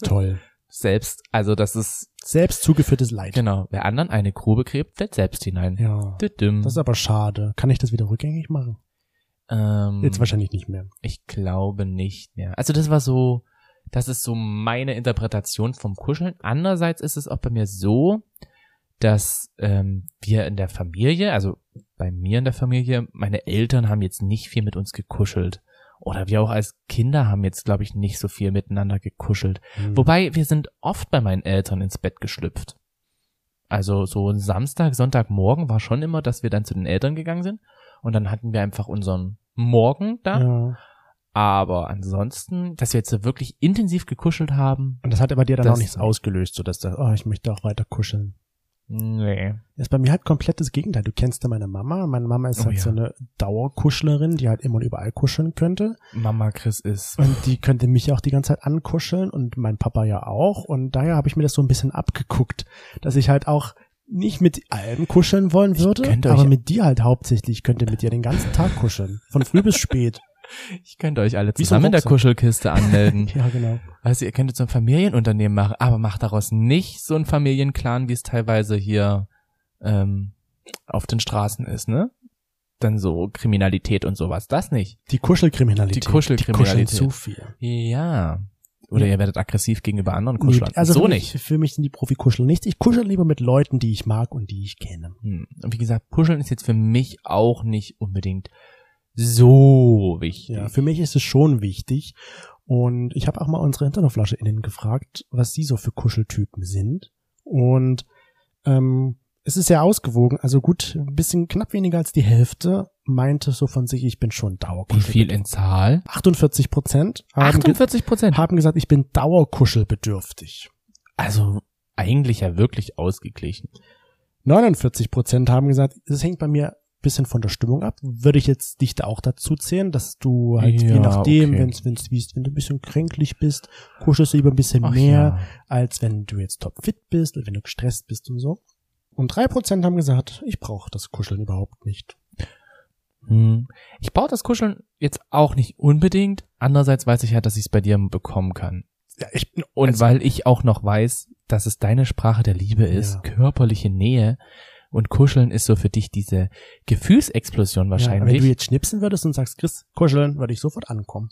Speaker 1: Toll.
Speaker 2: selbst, also das ist,
Speaker 1: Selbst zugeführtes Leid.
Speaker 2: genau, wer anderen eine Grube gräbt, fällt selbst hinein.
Speaker 1: Ja.
Speaker 2: Düdüm.
Speaker 1: Das ist aber schade. Kann ich das wieder rückgängig machen?
Speaker 2: ähm,
Speaker 1: Jetzt wahrscheinlich nicht mehr.
Speaker 2: Ich glaube nicht mehr. Also das war so, das ist so meine Interpretation vom Kuscheln. Andererseits ist es auch bei mir so, dass ähm, wir in der Familie, also bei mir in der Familie, meine Eltern haben jetzt nicht viel mit uns gekuschelt. Oder wir auch als Kinder haben jetzt, glaube ich, nicht so viel miteinander gekuschelt.
Speaker 1: Hm.
Speaker 2: Wobei wir sind oft bei meinen Eltern ins Bett geschlüpft. Also so Samstag, Sonntagmorgen war schon immer, dass wir dann zu den Eltern gegangen sind. Und dann hatten wir einfach unseren Morgen da.
Speaker 1: Ja.
Speaker 2: Aber ansonsten, dass wir jetzt so wirklich intensiv gekuschelt haben,
Speaker 1: Und das hat aber dir dann
Speaker 2: Das-
Speaker 1: auch nichts ausgelöst, sodass du, oh, ich möchte auch weiter kuscheln.
Speaker 2: nee.
Speaker 1: Das ist bei mir halt komplett das Gegenteil. Du kennst ja meine Mama. Meine Mama ist
Speaker 2: Oh
Speaker 1: halt
Speaker 2: ja.
Speaker 1: so eine Dauerkuschlerin, die halt immer und überall kuscheln könnte.
Speaker 2: Mama Chris ist.
Speaker 1: Und die könnte mich auch die ganze Zeit ankuscheln und mein Papa ja auch. Und daher habe ich mir das so ein bisschen abgeguckt, dass ich halt auch nicht mit allem kuscheln wollen würde,
Speaker 2: könnte euch-
Speaker 1: aber mit dir halt hauptsächlich. Ich könnte mit dir den ganzen Tag kuscheln. Von früh bis
Speaker 2: *laughs*
Speaker 1: spät.
Speaker 2: Ich könnte euch alle
Speaker 1: Wie so ein
Speaker 2: zusammen in der
Speaker 1: Rucksack. *laughs*
Speaker 2: Kuschelkiste anmelden.
Speaker 1: Ja, genau.
Speaker 2: also ihr könntet so ein Familienunternehmen machen, aber macht daraus nicht so ein Familienclan, wie es teilweise hier ähm, auf den Straßen ist, ne? Dann so Kriminalität und sowas. Das nicht.
Speaker 1: Die Kuschelkriminalität.
Speaker 2: Die
Speaker 1: Die
Speaker 2: Kuschelkriminalität.
Speaker 1: kuscheln zu viel.
Speaker 2: Ja. Oder ihr werdet aggressiv gegenüber anderen
Speaker 1: Nee,
Speaker 2: Kuscheln.
Speaker 1: also
Speaker 2: so
Speaker 1: für
Speaker 2: nicht.
Speaker 1: Mich, für mich sind die Profikuscheln nichts. Ich kuschel lieber mit Leuten, die ich mag und die ich kenne.
Speaker 2: Hm. Und wie gesagt, Kuscheln ist jetzt für mich auch nicht unbedingt so wichtig.
Speaker 1: Ja, für mich ist es schon wichtig. Und ich habe auch mal unsere Internetflasche innen gefragt, was sie so für Kuscheltypen sind. Und ähm, es ist sehr ausgewogen. Also gut, ein bisschen knapp weniger als die Hälfte meinte so von sich, ich bin schon
Speaker 2: Wie
Speaker 1: Dauerkuschel.
Speaker 2: viel in Zahl?
Speaker 1: 48 Prozent haben, ge
Speaker 2: 48 Prozent.
Speaker 1: haben gesagt, ich bin Dauerkuschelbedürftig.
Speaker 2: Also eigentlich ja wirklich ausgeglichen.
Speaker 1: 49 Prozent haben gesagt, es hängt bei mir ein bisschen von der Stimmung ab. Würde ich jetzt dich da auch dazu zählen, dass du halt je
Speaker 2: Ja,
Speaker 1: nachdem,
Speaker 2: okay.
Speaker 1: wenn's, wenn's, wie's, wenn du ein bisschen kränklich bist, kuschelst du lieber ein bisschen mehr, als wenn du jetzt topfit bist oder wenn du gestresst bist und so. Und drei Prozent haben gesagt, ich brauche das Kuscheln überhaupt nicht.
Speaker 2: Hm. Ich brauche das Kuscheln jetzt auch nicht unbedingt. Andererseits weiß ich ja, dass ich es bei dir bekommen kann.
Speaker 1: Ja, ich bin
Speaker 2: Und
Speaker 1: Also-
Speaker 2: weil ich auch noch weiß, dass es deine Sprache der Liebe ist,
Speaker 1: Ja.
Speaker 2: körperliche Nähe und Kuscheln ist so für dich diese Gefühlsexplosion
Speaker 1: Ja, wenn
Speaker 2: wahrscheinlich.
Speaker 1: du jetzt schnipsen würdest und sagst, Chris, kuscheln, würde ich sofort ankommen.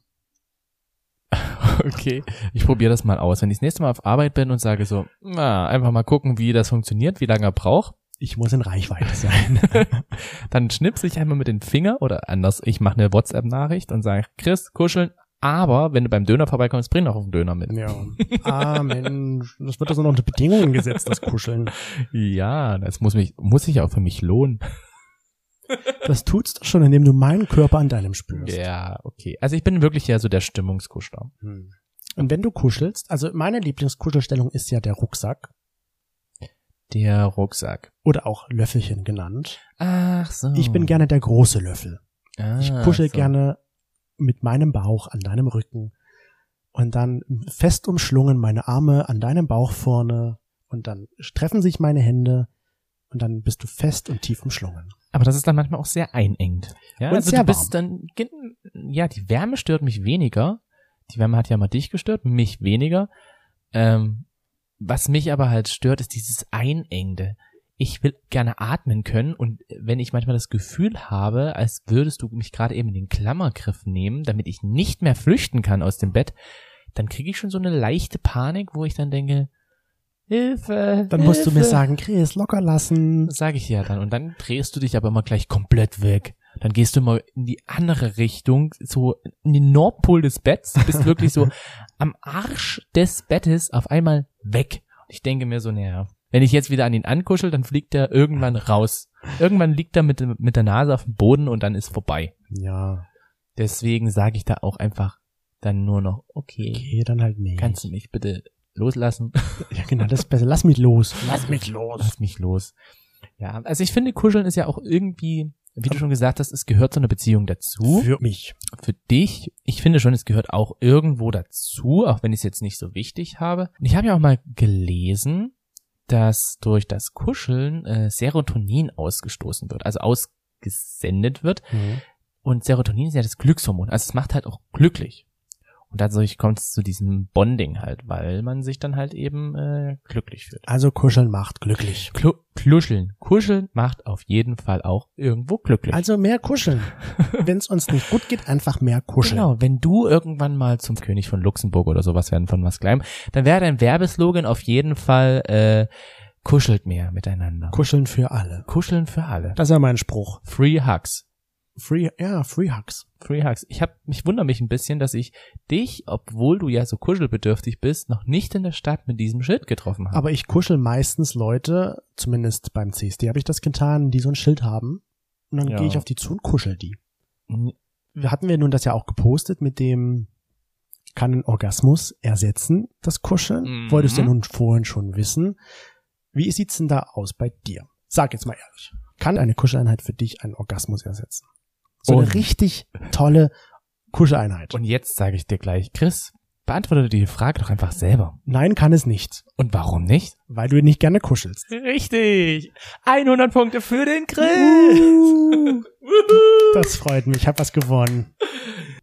Speaker 2: *laughs* Okay, ich probiere das mal aus. Wenn ich das nächste Mal auf Arbeit bin und sage so, na, einfach mal gucken, wie das funktioniert, wie lange er braucht,
Speaker 1: Ich muss in Reichweite sein.
Speaker 2: dann schnipse ich einmal mit den Finger oder anders, ich mache eine WhatsApp-Nachricht und sage, Chris, kuscheln, aber wenn du beim Döner vorbeikommst, bring noch einen Döner
Speaker 1: *laughs*
Speaker 2: mit.
Speaker 1: ja. Ah, Mensch, das wird also noch unter Bedingungen gesetzt, das Kuscheln.
Speaker 2: Ja, das muss mich, muss sich auch für mich lohnen.
Speaker 1: Das tutst du schon, indem du meinen Körper an deinem spürst.
Speaker 2: Ja, okay. Also ich bin wirklich ja so der Stimmungskuschler.
Speaker 1: Hm. Und wenn du kuschelst, also meine Lieblingskuschelstellung ist ja der Rucksack
Speaker 2: Der Rucksack.
Speaker 1: oder auch Löffelchen genannt.
Speaker 2: Ach so.
Speaker 1: Ich bin gerne der große Löffel. Ich
Speaker 2: Oh. Ah,
Speaker 1: kuschel
Speaker 2: so.
Speaker 1: gerne mit meinem Bauch an deinem Rücken. Und dann fest umschlungen meine Arme an deinem Bauch vorne und dann treffen sich meine Hände und dann bist du fest und tief umschlungen.
Speaker 2: Aber das ist dann manchmal auch sehr einengend. Ja,
Speaker 1: Und
Speaker 2: also
Speaker 1: sehr
Speaker 2: du bist dann, gen- ja, die Wärme stört mich weniger. Die Wärme hat ja mal dich gestört, mich weniger. Ähm, was mich aber halt stört, ist dieses Einengende. Ich will gerne atmen können und wenn ich manchmal das Gefühl habe, als würdest du mich gerade eben in den Klammergriff nehmen, damit ich nicht mehr flüchten kann aus dem Bett, dann kriege ich schon so eine leichte Panik, wo ich dann denke, Hilfe.
Speaker 1: Dann musst du mir
Speaker 2: Hilfe."
Speaker 1: sagen, Chris, locker lassen.
Speaker 2: Das sage ich ja dann. Und dann drehst du dich aber immer gleich komplett weg. Dann gehst du immer in die andere Richtung, so in den Nordpol des Betts, Du bist wirklich so am Arsch des Bettes auf einmal weg. Und ich denke mir so, naja, wenn ich jetzt wieder an ihn ankuschel, dann fliegt er irgendwann raus. Irgendwann liegt er mit, mit der Nase auf dem Boden und dann ist vorbei.
Speaker 1: Ja,
Speaker 2: Deswegen sage ich da auch einfach dann nur noch, okay,
Speaker 1: okay, dann halt nicht.
Speaker 2: kannst du mich bitte loslassen?
Speaker 1: ja, genau, das ist besser. Lass mich los. Lass mich los.
Speaker 2: Lass mich los. Ja, also ich finde, kuscheln ist ja auch irgendwie, wie du schon gesagt hast, es gehört zu einer Beziehung dazu.
Speaker 1: Für mich.
Speaker 2: Für dich, ich finde schon, es gehört auch irgendwo dazu, auch wenn ich es jetzt nicht so wichtig habe. Und ich habe ja auch mal gelesen, dass durch das Kuscheln äh, Serotonin ausgestoßen wird, also ausgesendet wird.
Speaker 1: Mhm.
Speaker 2: Und Serotonin ist ja das Glückshormon. Also es macht halt auch glücklich. Und dadurch kommt es zu diesem Bonding halt, weil man sich dann halt eben äh, glücklich fühlt.
Speaker 1: Also kuscheln macht glücklich.
Speaker 2: Klu Kluscheln. Kuscheln macht auf jeden Fall auch irgendwo glücklich.
Speaker 1: Also mehr kuscheln. Wenn es uns nicht gut geht, einfach mehr kuscheln.
Speaker 2: Genau, wenn du irgendwann mal zum König von Luxemburg oder sowas werden von was Kleinem, dann wäre dein Werbeslogan auf jeden Fall äh, kuschelt mehr miteinander.
Speaker 1: Kuscheln für alle.
Speaker 2: Kuscheln für alle.
Speaker 1: Das ist ja mein Spruch.
Speaker 2: Free Hugs.
Speaker 1: Free, ja, Free Hugs.
Speaker 2: Free Hugs. Ich hab, mich wundere mich ein bisschen, dass ich dich, obwohl du ja so kuschelbedürftig bist, noch nicht in der Stadt mit diesem Schild getroffen habe.
Speaker 1: Aber ich kuschel meistens Leute, zumindest beim CSD habe ich das getan, die so ein Schild haben. Und dann
Speaker 2: Ja.
Speaker 1: gehe ich auf die zu und kuschel die.
Speaker 2: Aber
Speaker 1: Wir hatten wir nun das ja auch gepostet mit dem kann ein Orgasmus ersetzen, das Kuscheln?
Speaker 2: Mhm.
Speaker 1: Wolltest du ja nun vorhin schon wissen. Wie sieht's denn da aus bei dir? Sag jetzt mal ehrlich. Kann eine Kuscheleinheit für dich einen Orgasmus ersetzen? So eine
Speaker 2: Und-
Speaker 1: richtig tolle Kuscheleinheit.
Speaker 2: Und jetzt sage ich dir gleich, Chris, beantworte die Frage doch einfach selber.
Speaker 1: Nein, kann es nicht,
Speaker 2: Und warum nicht?
Speaker 1: weil du nicht gerne kuschelst.
Speaker 2: Richtig. 100 Punkte für den
Speaker 1: Uh, das freut mich, ich habe was gewonnen.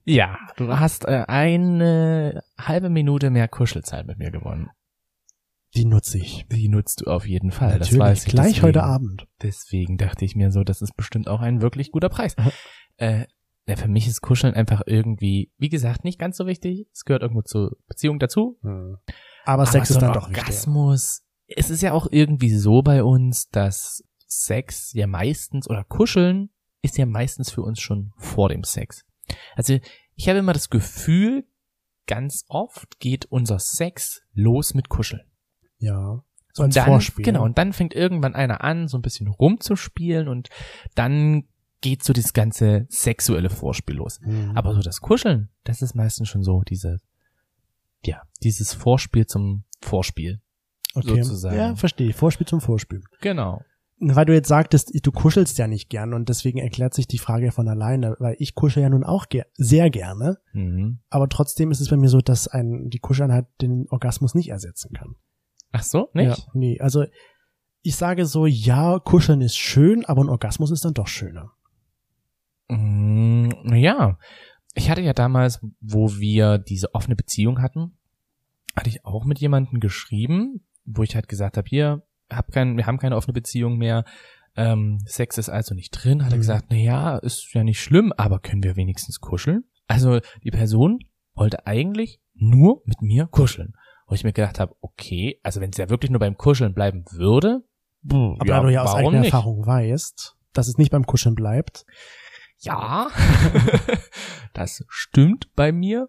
Speaker 2: ja, du hast äh, eine halbe Minute mehr Kuschelzeit mit mir gewonnen.
Speaker 1: Die nutze ich.
Speaker 2: Die nutzt du auf jeden Fall. das
Speaker 1: Natürlich,
Speaker 2: weiß ich.
Speaker 1: gleich
Speaker 2: deswegen,
Speaker 1: heute Abend.
Speaker 2: Deswegen dachte ich mir so, das ist bestimmt auch ein wirklich guter Preis. äh, ja, für mich ist Kuscheln einfach irgendwie, wie gesagt, nicht ganz so wichtig. Es gehört irgendwo zur Beziehung dazu.
Speaker 1: Aber Sex
Speaker 2: Hm.
Speaker 1: ist
Speaker 2: so ein
Speaker 1: dann doch wichtig.
Speaker 2: Orgasmus. Es ist ja auch irgendwie so bei uns, dass Sex ja meistens oder Kuscheln ist ja meistens für uns schon vor dem Sex. Also ich habe immer das Gefühl, ganz oft geht unser Sex los mit Kuscheln.
Speaker 1: Ja. So als
Speaker 2: dann,
Speaker 1: Vorspiel. ne? Mhm.
Speaker 2: Genau, und dann fängt irgendwann einer an, so ein bisschen rumzuspielen und dann geht so das ganze sexuelle Vorspiel los.
Speaker 1: Mhm.
Speaker 2: Aber so das Kuscheln, das ist meistens schon so diese, ja, dieses Vorspiel zum Vorspiel.
Speaker 1: okay.
Speaker 2: sozusagen.
Speaker 1: Ja, verstehe. Vorspiel zum Vorspiel.
Speaker 2: Genau.
Speaker 1: Weil du jetzt sagtest, du kuschelst ja nicht gern und deswegen erklärt sich die Frage ja von alleine, weil ich kuschel ja nun auch ger sehr gerne,
Speaker 2: Mhm.
Speaker 1: aber trotzdem ist es bei mir so, dass ein, die Kuscheleinheit den Orgasmus nicht ersetzen kann.
Speaker 2: Ach so, nicht?
Speaker 1: Ja, nee, also ich sage so, ja, kuscheln ist schön, aber ein Orgasmus ist dann doch schöner.
Speaker 2: Mm, na ja, ich hatte ja damals, wo wir diese offene Beziehung hatten, hatte ich auch mit jemandem geschrieben, wo ich halt gesagt habe, hier, hab kein, wir haben keine offene Beziehung mehr, ähm, Sex ist also nicht drin. Hat er
Speaker 1: Mhm.
Speaker 2: gesagt, na ja, ist ja nicht schlimm, aber können wir wenigstens kuscheln? Also die Person wollte eigentlich nur mit mir kuscheln. Wo ich mir gedacht habe, okay, also wenn es ja wirklich nur beim Kuscheln bleiben würde, buh,
Speaker 1: Hm. Aber
Speaker 2: ja,
Speaker 1: da du ja aus
Speaker 2: warum
Speaker 1: eigener
Speaker 2: nicht?
Speaker 1: Erfahrung weißt, dass es nicht beim Kuscheln bleibt,
Speaker 2: Ja, *laughs* das stimmt bei mir.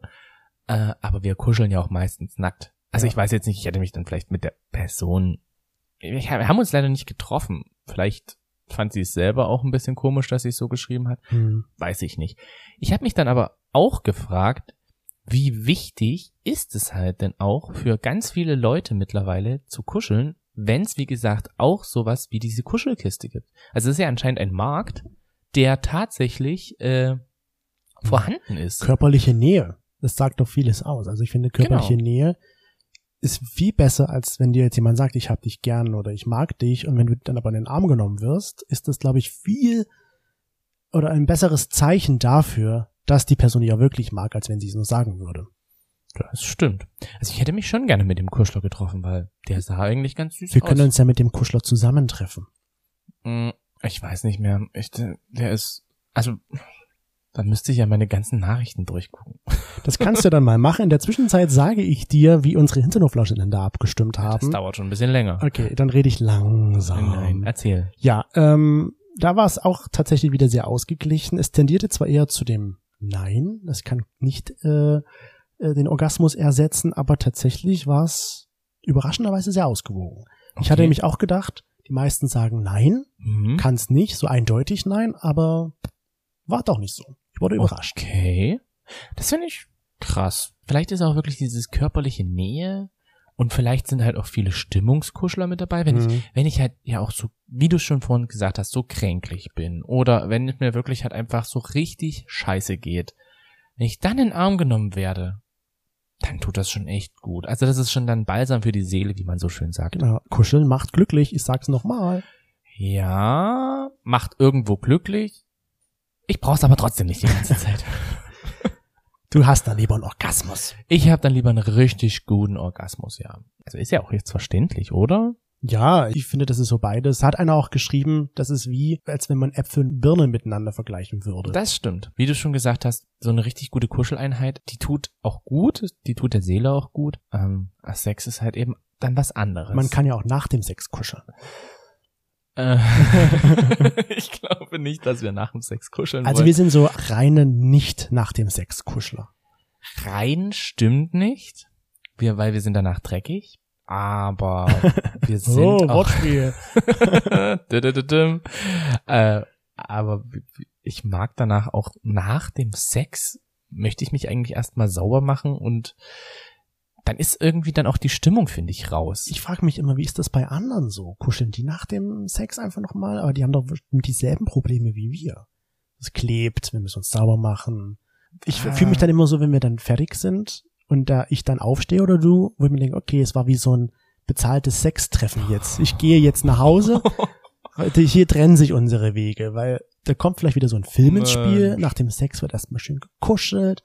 Speaker 2: Äh, aber wir kuscheln ja auch meistens nackt. Also
Speaker 1: Ja.
Speaker 2: ich weiß jetzt nicht, ich hätte mich dann vielleicht mit der Person. Wir ha- haben uns leider nicht getroffen. Vielleicht fand sie es selber auch ein bisschen komisch, dass sie es so geschrieben hat.
Speaker 1: hm,
Speaker 2: Weiß ich nicht. Ich habe mich dann aber auch gefragt, wie wichtig ist es halt denn auch für ganz viele Leute mittlerweile zu kuscheln, wenn es wie gesagt auch sowas wie diese Kuschelkiste gibt. Also es ist ja anscheinend ein Markt, der tatsächlich äh, vorhanden ist.
Speaker 1: körperliche Nähe. das sagt doch vieles aus. Also ich finde, körperliche
Speaker 2: Genau.
Speaker 1: Nähe ist viel besser, als wenn dir jetzt jemand sagt, ich hab dich gern oder ich mag dich. Und wenn du dann aber in den Arm genommen wirst, ist das, glaube ich, viel oder ein besseres Zeichen dafür, dass die Person dich auch wirklich mag, als wenn sie es nur sagen würde.
Speaker 2: Das stimmt. Also ich hätte mich schon gerne mit dem Kuschler getroffen, weil der sah eigentlich ganz süß
Speaker 1: Wir
Speaker 2: aus.
Speaker 1: können uns ja mit dem Kuschler zusammentreffen.
Speaker 2: Mm, Ich weiß nicht mehr. Ich, äh, der ist. Also, da müsste ich ja meine ganzen Nachrichten durchgucken.
Speaker 1: Das kannst du dann mal machen. In der Zwischenzeit sage ich dir, wie unsere Hinternoflaschen denn da abgestimmt
Speaker 2: Das
Speaker 1: haben.
Speaker 2: dauert schon ein bisschen länger.
Speaker 1: Okay, dann rede ich langsam.
Speaker 2: Nein, erzähl.
Speaker 1: Ja, ähm, da war es auch tatsächlich wieder sehr ausgeglichen. Es tendierte zwar eher zu dem Nein, das kann nicht äh, äh, den Orgasmus ersetzen, aber tatsächlich war es überraschenderweise sehr ausgewogen. Ich hatte
Speaker 2: Okay.
Speaker 1: nämlich auch gedacht, die meisten sagen Nein,
Speaker 2: Mhm.
Speaker 1: kann es nicht, so eindeutig Nein, aber war doch nicht so. Ich wurde überrascht.
Speaker 2: Okay. Das finde ich krass. Vielleicht ist auch wirklich dieses körperliche Nähe und vielleicht sind halt auch viele Stimmungskuschler mit dabei, wenn ich
Speaker 1: Mhm.
Speaker 2: wenn ich halt ja auch so, wie du schon vorhin gesagt hast, so kränklich bin oder wenn es mir wirklich halt einfach so richtig scheiße geht, wenn ich dann in den Arm genommen werde, dann tut das schon echt gut. Also das ist schon dann Balsam für die Seele, wie man so schön sagt.
Speaker 1: Genau. Kuscheln macht glücklich, ich sag's nochmal.
Speaker 2: Ja, macht irgendwo glücklich. Ich brauch's aber trotzdem nicht die *laughs* ganze Zeit.
Speaker 1: Du hast dann lieber einen Orgasmus.
Speaker 2: Ich habe dann lieber einen richtig guten Orgasmus, ja. Also ist ja auch jetzt verständlich, oder?
Speaker 1: Ja, ich finde, das ist so beides. Hat einer auch geschrieben, das ist wie, als wenn man Äpfel und Birnen miteinander vergleichen würde.
Speaker 2: Das stimmt. Wie du schon gesagt hast, so eine richtig gute Kuscheleinheit, die tut auch gut, die tut der Seele auch gut. Ähm, aber Sex ist halt eben dann was anderes.
Speaker 1: Man kann ja auch nach dem Sex kuscheln. *laughs*
Speaker 2: Äh, *laughs* ich glaube nicht, dass wir nach dem Sex kuscheln
Speaker 1: Also wir
Speaker 2: wollen.
Speaker 1: sind so reine nicht nach dem Sex Kuschler.
Speaker 2: Rein stimmt nicht, wir, weil wir sind danach dreckig. Aber
Speaker 1: *laughs*
Speaker 2: wir sind
Speaker 1: Oh,
Speaker 2: auch
Speaker 1: Wortspiel.
Speaker 2: Dü-dü-dü-düm. äh, aber w- w- ich mag danach auch nach dem Sex möchte ich mich eigentlich erstmal sauber machen und dann ist irgendwie dann auch die Stimmung, finde ich, raus.
Speaker 1: Ich frage mich immer, wie ist das bei anderen so? Kuscheln die nach dem Sex einfach nochmal? Aber die haben doch bestimmt dieselben Probleme wie wir. Es klebt, wir müssen uns sauber machen. Ich
Speaker 2: Ah.
Speaker 1: fühle mich dann immer so, wenn wir dann fertig sind und da ich dann aufstehe oder du, wo ich mir denke, okay, es war wie so ein bezahltes Sextreffen jetzt. Ich gehe jetzt nach
Speaker 2: *laughs*
Speaker 1: Hause. Hier trennen sich unsere Wege, weil da kommt vielleicht wieder so ein Film ins Spiel.
Speaker 2: Mensch.
Speaker 1: Nach dem Sex wird erstmal schön gekuschelt,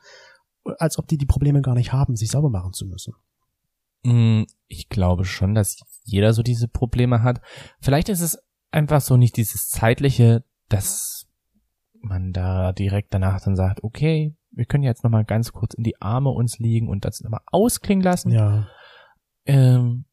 Speaker 1: als ob die die Probleme gar nicht haben, sich sauber machen zu müssen.
Speaker 2: Mm, Ich glaube schon, dass jeder so diese Probleme hat. Vielleicht ist es einfach so nicht dieses zeitliche, dass man da direkt danach dann sagt, okay, wir können jetzt nochmal ganz kurz in die Arme uns liegen und das nochmal ausklingen lassen.
Speaker 1: Ja.
Speaker 2: Ähm,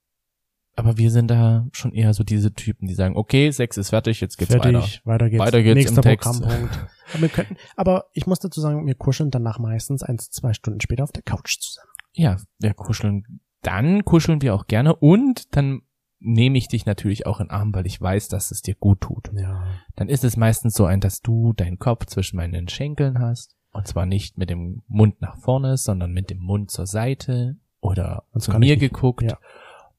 Speaker 2: aber wir sind da schon eher so diese Typen, die sagen, okay, Sex ist fertig, jetzt geht's
Speaker 1: Fertig,
Speaker 2: weiter.
Speaker 1: weiter geht's.
Speaker 2: Weiter geht's
Speaker 1: Nächster
Speaker 2: im Text.
Speaker 1: Programmpunkt. Aber, wir könnten, aber ich muss dazu sagen, wir kuscheln danach meistens eins, zwei Stunden später auf der Couch zusammen.
Speaker 2: *laughs* Ja, wir kuscheln. Dann kuscheln wir auch gerne und dann nehme ich dich natürlich auch in den Arm, weil ich weiß, dass es dir gut tut.
Speaker 1: Ja.
Speaker 2: Dann ist es meistens so ein, dass du deinen Kopf zwischen meinen Schenkeln hast. Und zwar nicht mit dem Mund nach vorne, sondern mit dem Mund zur Seite oder
Speaker 1: Sonst
Speaker 2: zu
Speaker 1: kann ich
Speaker 2: mir
Speaker 1: nicht-
Speaker 2: geguckt.
Speaker 1: ja.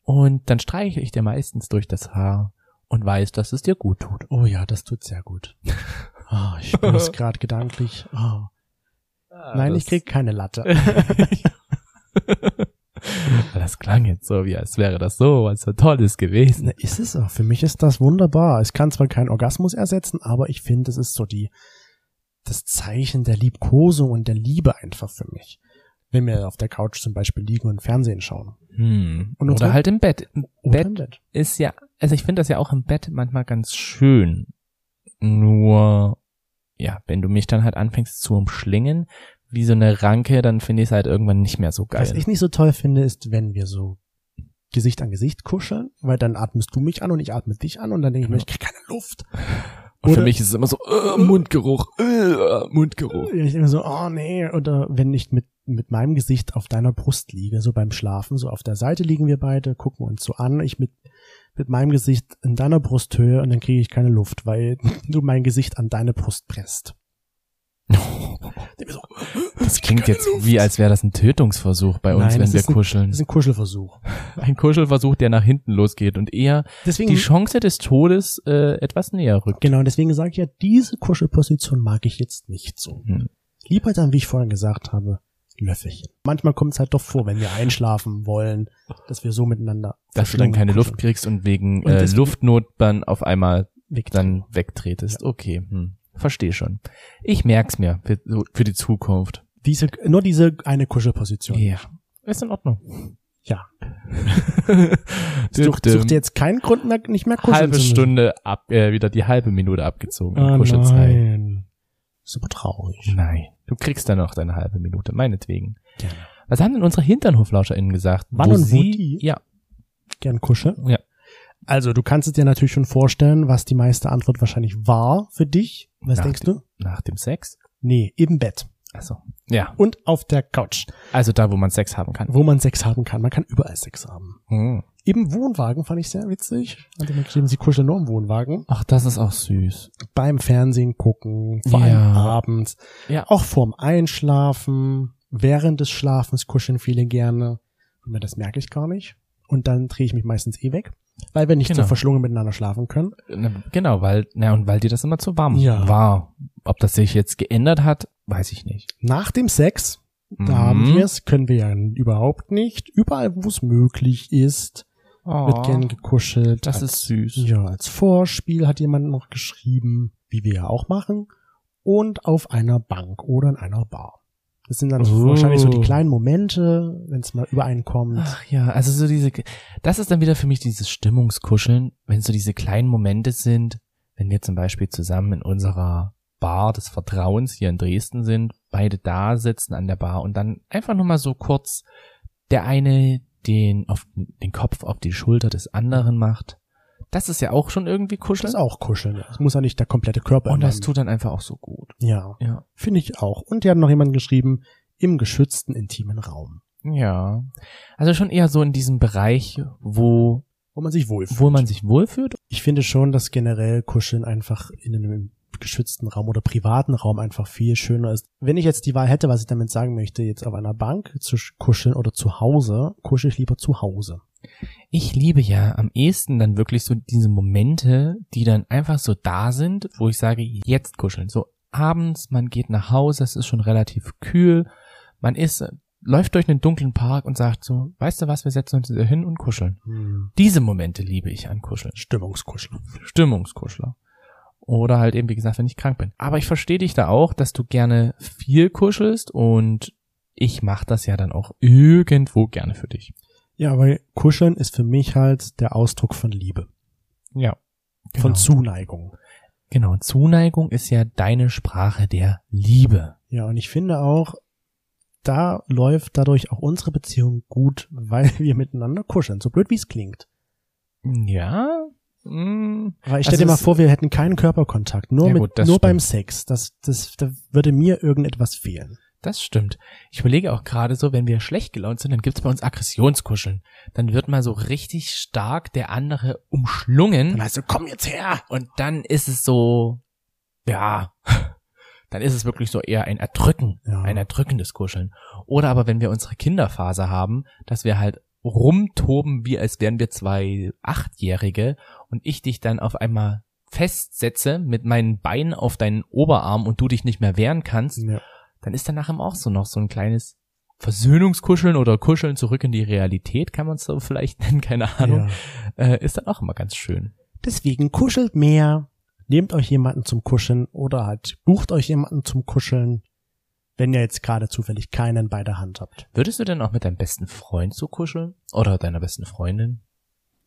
Speaker 2: Und dann streiche ich dir meistens durch das Haar und weiß, dass es dir gut tut.
Speaker 1: Oh ja, das tut sehr gut. Ah, *laughs* ich bin es gerade gedanklich. Ah. Nein, ich
Speaker 2: Ah, Das-
Speaker 1: krieg keine Latte.
Speaker 2: *laughs* das klang jetzt so, wie als wäre das so, was so Tolles gewesen.
Speaker 1: Na, Ne, ist es auch. Für mich ist das wunderbar. Es kann zwar keinen Orgasmus ersetzen, aber ich finde, es ist so die, das Zeichen der Liebkosung und der Liebe einfach für mich. Wenn wir auf der Couch zum Beispiel liegen und Fernsehen schauen.
Speaker 2: Hm.
Speaker 1: Und
Speaker 2: Oder
Speaker 1: unsere-
Speaker 2: halt im Bett. Im
Speaker 1: Oder
Speaker 2: Bett
Speaker 1: im Bett.
Speaker 2: ist ja, also ich finde das ja auch im Bett manchmal ganz schön. Nur, ja, wenn du mich dann halt anfängst zu umschlingen, wie so eine Ranke, dann finde ich es halt irgendwann nicht mehr so
Speaker 1: Was
Speaker 2: geil.
Speaker 1: ich nicht so toll finde, ist, wenn wir so Gesicht an Gesicht kuscheln, weil dann atmest du mich an und ich atme dich an und dann denke ich
Speaker 2: Genau.
Speaker 1: mir, ich krieg keine Luft.
Speaker 2: und für
Speaker 1: oder-
Speaker 2: mich ist es immer so, äh, Mundgeruch, äh, Mundgeruch.
Speaker 1: Ja, ich denke mir so, oh nee. Oder wenn ich mit, mit meinem Gesicht auf deiner Brust liege, so beim Schlafen, so auf der Seite liegen wir beide, gucken uns so an, ich mit, mit meinem Gesicht in deiner Brusthöhe und dann kriege ich keine Luft, weil *laughs* du mein Gesicht an deine Brust presst. Ich denke mir so,
Speaker 2: Das klingt jetzt wie, als wäre das ein Tötungsversuch bei uns,
Speaker 1: Nein,
Speaker 2: wenn
Speaker 1: das
Speaker 2: wir
Speaker 1: ist ein-
Speaker 2: kuscheln.
Speaker 1: Das ist ein Kuschelversuch.
Speaker 2: ein Kuschelversuch, der nach hinten losgeht und eher
Speaker 1: Deswegen,
Speaker 2: die Chance des Todes äh, etwas näher rückt.
Speaker 1: Mhm. genau, deswegen sage ich ja, diese Kuschelposition mag ich jetzt nicht so.
Speaker 2: Hm.
Speaker 1: Lieber dann, wie ich vorhin gesagt habe, Löffelchen. Manchmal kommt es halt doch vor, wenn wir einschlafen wollen, dass wir so miteinander.
Speaker 2: Dass du dann keine Luft
Speaker 1: verschlungen
Speaker 2: kriegst und wegen
Speaker 1: genau, Und
Speaker 2: äh,
Speaker 1: deswegen-
Speaker 2: Luftnot dann auf einmal
Speaker 1: wegtrinken.
Speaker 2: dann wegtretest. Okay, hm. verstehe schon. Ich merk's mir für, für die Zukunft.
Speaker 1: Diese, nur diese eine Kuschelposition.
Speaker 2: Ja. Ist in Ordnung. *laughs*
Speaker 1: Ja.
Speaker 2: Such,
Speaker 1: Sucht, sucht ihr jetzt keinen Grund mehr, nicht mehr kuscheln
Speaker 2: halbe
Speaker 1: zu müssen.
Speaker 2: Stunde ab, äh, wieder die halbe Minute abgezogen.
Speaker 1: Ah,
Speaker 2: Kuschelzeit.
Speaker 1: nein. Ist aber traurig.
Speaker 2: Nein. Du kriegst dann noch deine halbe Minute, meinetwegen.
Speaker 1: Gerne.
Speaker 2: Was haben denn unsere HinternhoflauscherInnen gesagt?
Speaker 1: Wann und wo
Speaker 2: sie,
Speaker 1: die?
Speaker 2: Ja,
Speaker 1: Gern kuscheln.
Speaker 2: Ja.
Speaker 1: Also, du kannst es dir natürlich schon vorstellen, was die meiste Antwort wahrscheinlich war für dich. Was
Speaker 2: Nach
Speaker 1: denkst du?
Speaker 2: nach dem Sex.
Speaker 1: Nee, im Bett.
Speaker 2: Achso. Ja,
Speaker 1: Und auf der Couch,
Speaker 2: also da, wo man Sex haben kann.
Speaker 1: wo man Sex haben kann. Man kann überall Sex haben.
Speaker 2: Hm.
Speaker 1: Im Wohnwagen fand ich sehr witzig. Also man geschrieben, sie kuscheln nur im Wohnwagen.
Speaker 2: Ach, das ist auch süß.
Speaker 1: Beim Fernsehen gucken, vor allem
Speaker 2: Ja.
Speaker 1: abends.
Speaker 2: Ja.
Speaker 1: Auch vorm Einschlafen, während des Schlafens kuscheln viele gerne. Und mir das merke ich gar nicht. Und dann drehe ich mich meistens eh weg, weil wir nicht
Speaker 2: Genau.
Speaker 1: so verschlungen miteinander schlafen können.
Speaker 2: Na, Genau, weil, na, und weil dir das immer zu warm
Speaker 1: Ja.
Speaker 2: war. Ob das sich jetzt geändert hat, weiß ich nicht.
Speaker 1: Nach dem Sex, da
Speaker 2: Mhm.
Speaker 1: haben wir es, können wir ja überhaupt nicht. Überall, wo es möglich ist, wird gern gekuschelt.
Speaker 2: Oh. Das ist süß.
Speaker 1: Ja, als Vorspiel hat jemand noch geschrieben, wie wir ja auch machen, und auf einer Bank oder in einer Bar. Das sind dann
Speaker 2: Oh.
Speaker 1: wahrscheinlich so die kleinen Momente, wenn es mal über einen kommt.
Speaker 2: Ach ja, also so diese, das ist dann wieder für mich dieses Stimmungskuscheln, wenn so diese kleinen Momente sind, wenn wir zum Beispiel zusammen in unserer Bar des Vertrauens hier in Dresden sind, beide da sitzen an der Bar und dann einfach nur mal so kurz der eine den auf den Kopf auf die Schulter des anderen macht. Das ist ja auch schon irgendwie
Speaker 1: Das
Speaker 2: kuscheln.
Speaker 1: ist auch kuscheln. ja. Es muss ja nicht der komplette Körper
Speaker 2: Und Oh, das
Speaker 1: immer-
Speaker 2: tut dann einfach auch so gut.
Speaker 1: Ja,
Speaker 2: Ja.
Speaker 1: finde ich auch. Und die hat noch jemand geschrieben, im geschützten, intimen Raum,
Speaker 2: Ja. Also schon eher so in diesem Bereich, wo,
Speaker 1: wo man sich wohlfühlt.
Speaker 2: wo man sich wohlfühlt.
Speaker 1: Ich finde schon, dass generell Kuscheln einfach in einem geschützten Raum oder privaten Raum einfach viel schöner ist. Wenn ich jetzt die Wahl hätte, was ich damit sagen möchte, jetzt auf einer Bank zu sch- kuscheln oder zu Hause, kuschel ich lieber zu Hause.
Speaker 2: Ich liebe ja am ehesten dann wirklich so diese Momente, die dann einfach so da sind, wo ich sage, jetzt kuscheln. So abends, man geht nach Hause, es ist schon relativ kühl, man ist, läuft durch einen dunklen Park und sagt so, weißt du was, wir setzen uns hier hin und kuscheln.
Speaker 1: Hm.
Speaker 2: Diese Momente liebe ich an Kuscheln.
Speaker 1: Stimmungskuscheln.
Speaker 2: Stimmungskuschler. Oder halt eben, wie gesagt, wenn ich krank bin. Aber ich verstehe dich da auch, dass du gerne viel kuschelst und ich mache das ja dann auch irgendwo gerne für dich.
Speaker 1: Ja, aber Kuscheln ist für mich halt der Ausdruck von Liebe,
Speaker 2: Ja. Genau.
Speaker 1: von Zuneigung.
Speaker 2: Genau, Zuneigung ist ja deine Sprache der Liebe.
Speaker 1: Ja, und ich finde auch, da läuft dadurch auch unsere Beziehung gut, weil wir miteinander kuscheln, so blöd wie es klingt.
Speaker 2: Ja? Mm,
Speaker 1: Weil ich
Speaker 2: Also
Speaker 1: stell dir mal
Speaker 2: es-
Speaker 1: vor, wir hätten keinen Körperkontakt, nur
Speaker 2: Ja
Speaker 1: mit,
Speaker 2: gut,
Speaker 1: nur
Speaker 2: das
Speaker 1: beim Sex. Das, das, da würde mir irgendetwas fehlen.
Speaker 2: Das stimmt. Ich überlege auch gerade so, wenn wir schlecht gelaunt sind, dann gibt's bei uns Aggressionskuscheln. Dann wird mal so richtig stark der andere umschlungen.
Speaker 1: Dann heißt du, komm jetzt her!
Speaker 2: Und dann ist es so, ja, *laughs* dann ist es wirklich so eher ein Erdrücken,
Speaker 1: Ja.
Speaker 2: ein erdrückendes Kuscheln. Oder aber wenn wir unsere Kinderphase haben, dass wir halt rumtoben, wie als wären wir zwei Achtjährige und ich dich dann auf einmal festsetze mit meinen Beinen auf deinen Oberarm und du dich nicht mehr wehren kannst,
Speaker 1: Ja.
Speaker 2: dann ist danach eben auch so noch so ein kleines Versöhnungskuscheln oder Kuscheln zurück in die Realität, kann man es so vielleicht *laughs* nennen, keine Ahnung,
Speaker 1: Ja.
Speaker 2: äh, ist dann auch immer ganz schön.
Speaker 1: Deswegen kuschelt mehr. Nehmt euch jemanden zum Kuscheln oder halt bucht euch jemanden zum Kuscheln, wenn ihr jetzt gerade zufällig keinen bei der Hand habt.
Speaker 2: Würdest du denn auch mit deinem besten Freund so kuscheln? Oder deiner besten Freundin?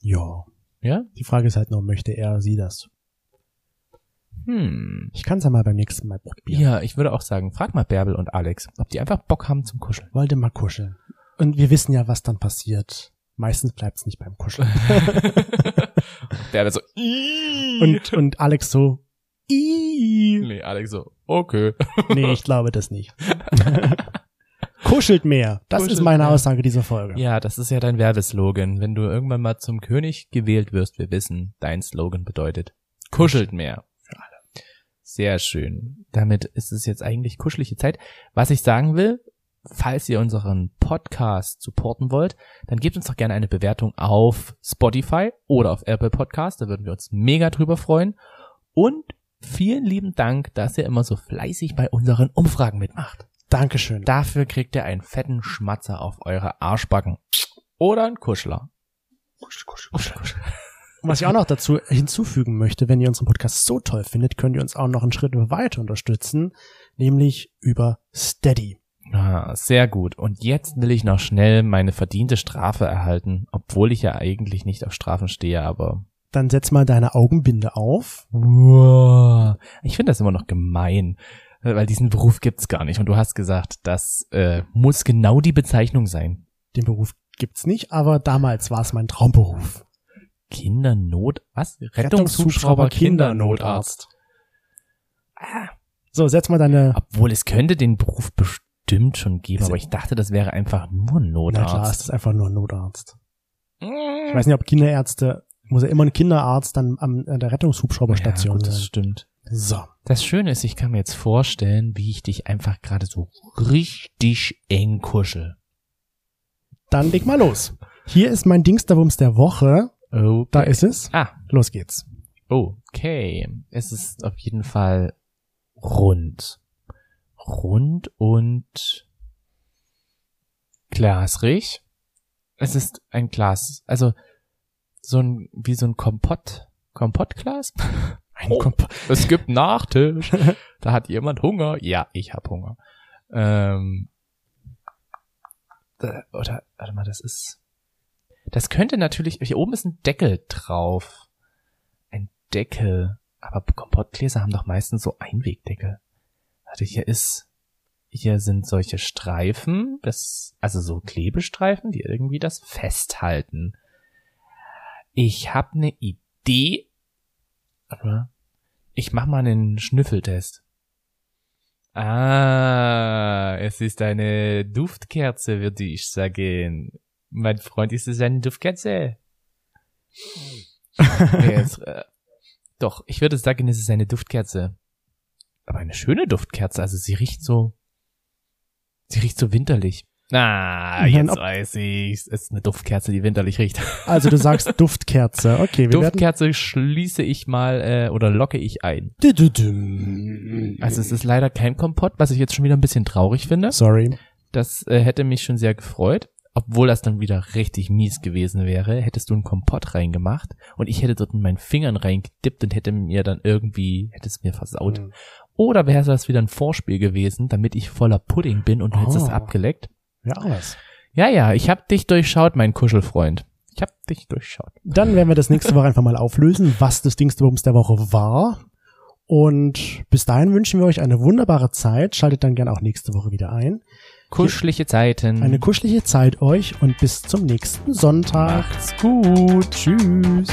Speaker 1: Ja.
Speaker 2: Ja?
Speaker 1: Die Frage ist halt nur, möchte er sie das?
Speaker 2: Hm.
Speaker 1: Ich kann's ja mal beim nächsten Mal
Speaker 2: Ja.
Speaker 1: probieren.
Speaker 2: ich würde auch sagen, frag mal Bärbel und Alex, ob die einfach Bock haben
Speaker 1: *laughs*
Speaker 2: zum Kuscheln.
Speaker 1: Wollte mal kuscheln. Und wir wissen ja, was dann passiert. Meistens bleibt's nicht beim
Speaker 2: *laughs*
Speaker 1: Kuscheln.
Speaker 2: Bärbel so,
Speaker 1: Und, und Alex so, "Ii."
Speaker 2: nee, Alex so, okay.
Speaker 1: Nee, ich glaube das nicht. *laughs* Kuschelt mehr. Das
Speaker 2: Kuschelt
Speaker 1: ist meine
Speaker 2: mehr.
Speaker 1: Aussage dieser Folge.
Speaker 2: Ja, das ist ja dein Werbeslogan. Wenn du irgendwann mal zum König gewählt wirst, wir wissen, dein Slogan bedeutet, kuschelt mehr. Sehr schön. Damit ist es jetzt eigentlich kuschelige Zeit. Was ich sagen will, falls ihr unseren Podcast supporten wollt, dann gebt uns doch gerne eine Bewertung auf Spotify oder auf Apple Podcast. Da würden wir uns mega drüber freuen. Und vielen lieben Dank, dass ihr immer so fleißig bei unseren Umfragen mitmacht.
Speaker 1: Dankeschön.
Speaker 2: Dafür kriegt ihr einen fetten Schmatzer auf eure Arschbacken. Oder einen Kuschler.
Speaker 1: Und was ich auch noch dazu hinzufügen möchte, wenn ihr unseren Podcast so toll findet, könnt ihr uns auch noch einen Schritt weiter unterstützen, nämlich über Steady.
Speaker 2: Ah, sehr gut. Und jetzt will ich noch schnell meine verdiente Strafe erhalten, obwohl ich ja eigentlich nicht auf Strafen stehe, aber.
Speaker 1: Dann setz mal deine Augenbinde auf.
Speaker 2: Wow. Ich finde das immer noch gemein, weil diesen Beruf gibt's gar nicht. Und du hast gesagt, das äh, muss genau die Bezeichnung sein.
Speaker 1: Den Beruf gibt's nicht, aber damals war es mein Traumberuf.
Speaker 2: Kindernot, was? Rettungshubschrauber Kindernotarzt. Ah,
Speaker 1: So, setz mal *laughs* deine.
Speaker 2: Obwohl es könnte den Beruf bestimmt schon geben,
Speaker 1: Ist-
Speaker 2: aber ich dachte, das wäre einfach nur ein
Speaker 1: Na klar, es
Speaker 2: Notarzt. Mm.
Speaker 1: ist einfach nur ein Notarzt. Ich weiß nicht, ob Kinderärzte, muss ja immer ein Kinderarzt dann am, an der Rettungshubschrauberstation
Speaker 2: ja, gut, das
Speaker 1: sein.
Speaker 2: stimmt.
Speaker 1: So.
Speaker 2: Das Schöne ist, ich kann mir jetzt vorstellen, wie ich dich einfach gerade so richtig eng kuschel.
Speaker 1: Dann leg mal los. Hier ist mein Dingsterbums der Woche.
Speaker 2: Oh,
Speaker 1: Da ist es.
Speaker 2: Ah,
Speaker 1: Los geht's.
Speaker 2: okay. Es ist auf jeden Fall rund. Rund und glasrig. Es ist ein Glas, also so ein, wie so ein Kompott, Kompottglas.
Speaker 1: Ein
Speaker 2: Oh.
Speaker 1: Komp
Speaker 2: Es gibt Nachtisch. Da hat jemand Hunger. Ja, ich hab Hunger. Ähm, da, oder, warte mal, das ist. Das könnte natürlich. Hier oben ist ein Deckel drauf. Ein Deckel. Aber Kompottgläser haben doch meistens so Einwegdeckel. Warte, hier ist. Hier sind solche Streifen, das, also so Klebestreifen, die irgendwie das festhalten. Ich habe eine Idee. Warte mal. Ich mach mal einen Schnüffeltest. Ah, es ist eine Duftkerze, würde ich sagen. Mein Freund, ist es eine Duftkerze?
Speaker 1: Hm.
Speaker 2: *laughs* nee, es, äh, doch, ich würde sagen, es ist eine Duftkerze. Aber eine schöne Duftkerze, also sie riecht so, sie riecht so winterlich. Ah,
Speaker 1: Nein,
Speaker 2: jetzt
Speaker 1: ob-
Speaker 2: weiß ich's. Es ist eine Duftkerze, die winterlich riecht.
Speaker 1: Also du
Speaker 2: *laughs*
Speaker 1: sagst Duftkerze. Okay, wir werden.
Speaker 2: Duftkerze schließe ich mal äh, oder locke ich ein.
Speaker 1: Duftkerze.
Speaker 2: Also ne? es ist leider kein Kompott, was ich jetzt schon wieder ein bisschen traurig finde.
Speaker 1: Sorry.
Speaker 2: Das äh, hätte mich schon sehr gefreut. Obwohl das dann wieder richtig mies gewesen wäre, hättest du einen Kompott reingemacht und ich hätte dort mit meinen Fingern reingedippt und hätte mir dann irgendwie, hätte es mir versaut.
Speaker 1: Hm.
Speaker 2: Oder wäre das wieder ein Vorspiel gewesen, damit ich voller Pudding bin und du hättest es
Speaker 1: Oh.
Speaker 2: abgeleckt.
Speaker 1: Ja, alles.
Speaker 2: Ja, ja, ich hab dich durchschaut, mein Kuschelfreund. Ich hab dich durchschaut.
Speaker 1: Dann werden wir das nächste Woche einfach mal auflösen, was das Dingsterbums der Woche war. Und bis dahin wünschen wir euch eine wunderbare Zeit. Schaltet dann gern auch nächste Woche wieder ein.
Speaker 2: Kuschelige Zeiten.
Speaker 1: Eine kuschelige Zeit euch und bis zum nächsten Sonntag.
Speaker 2: Macht's gut. Tschüss.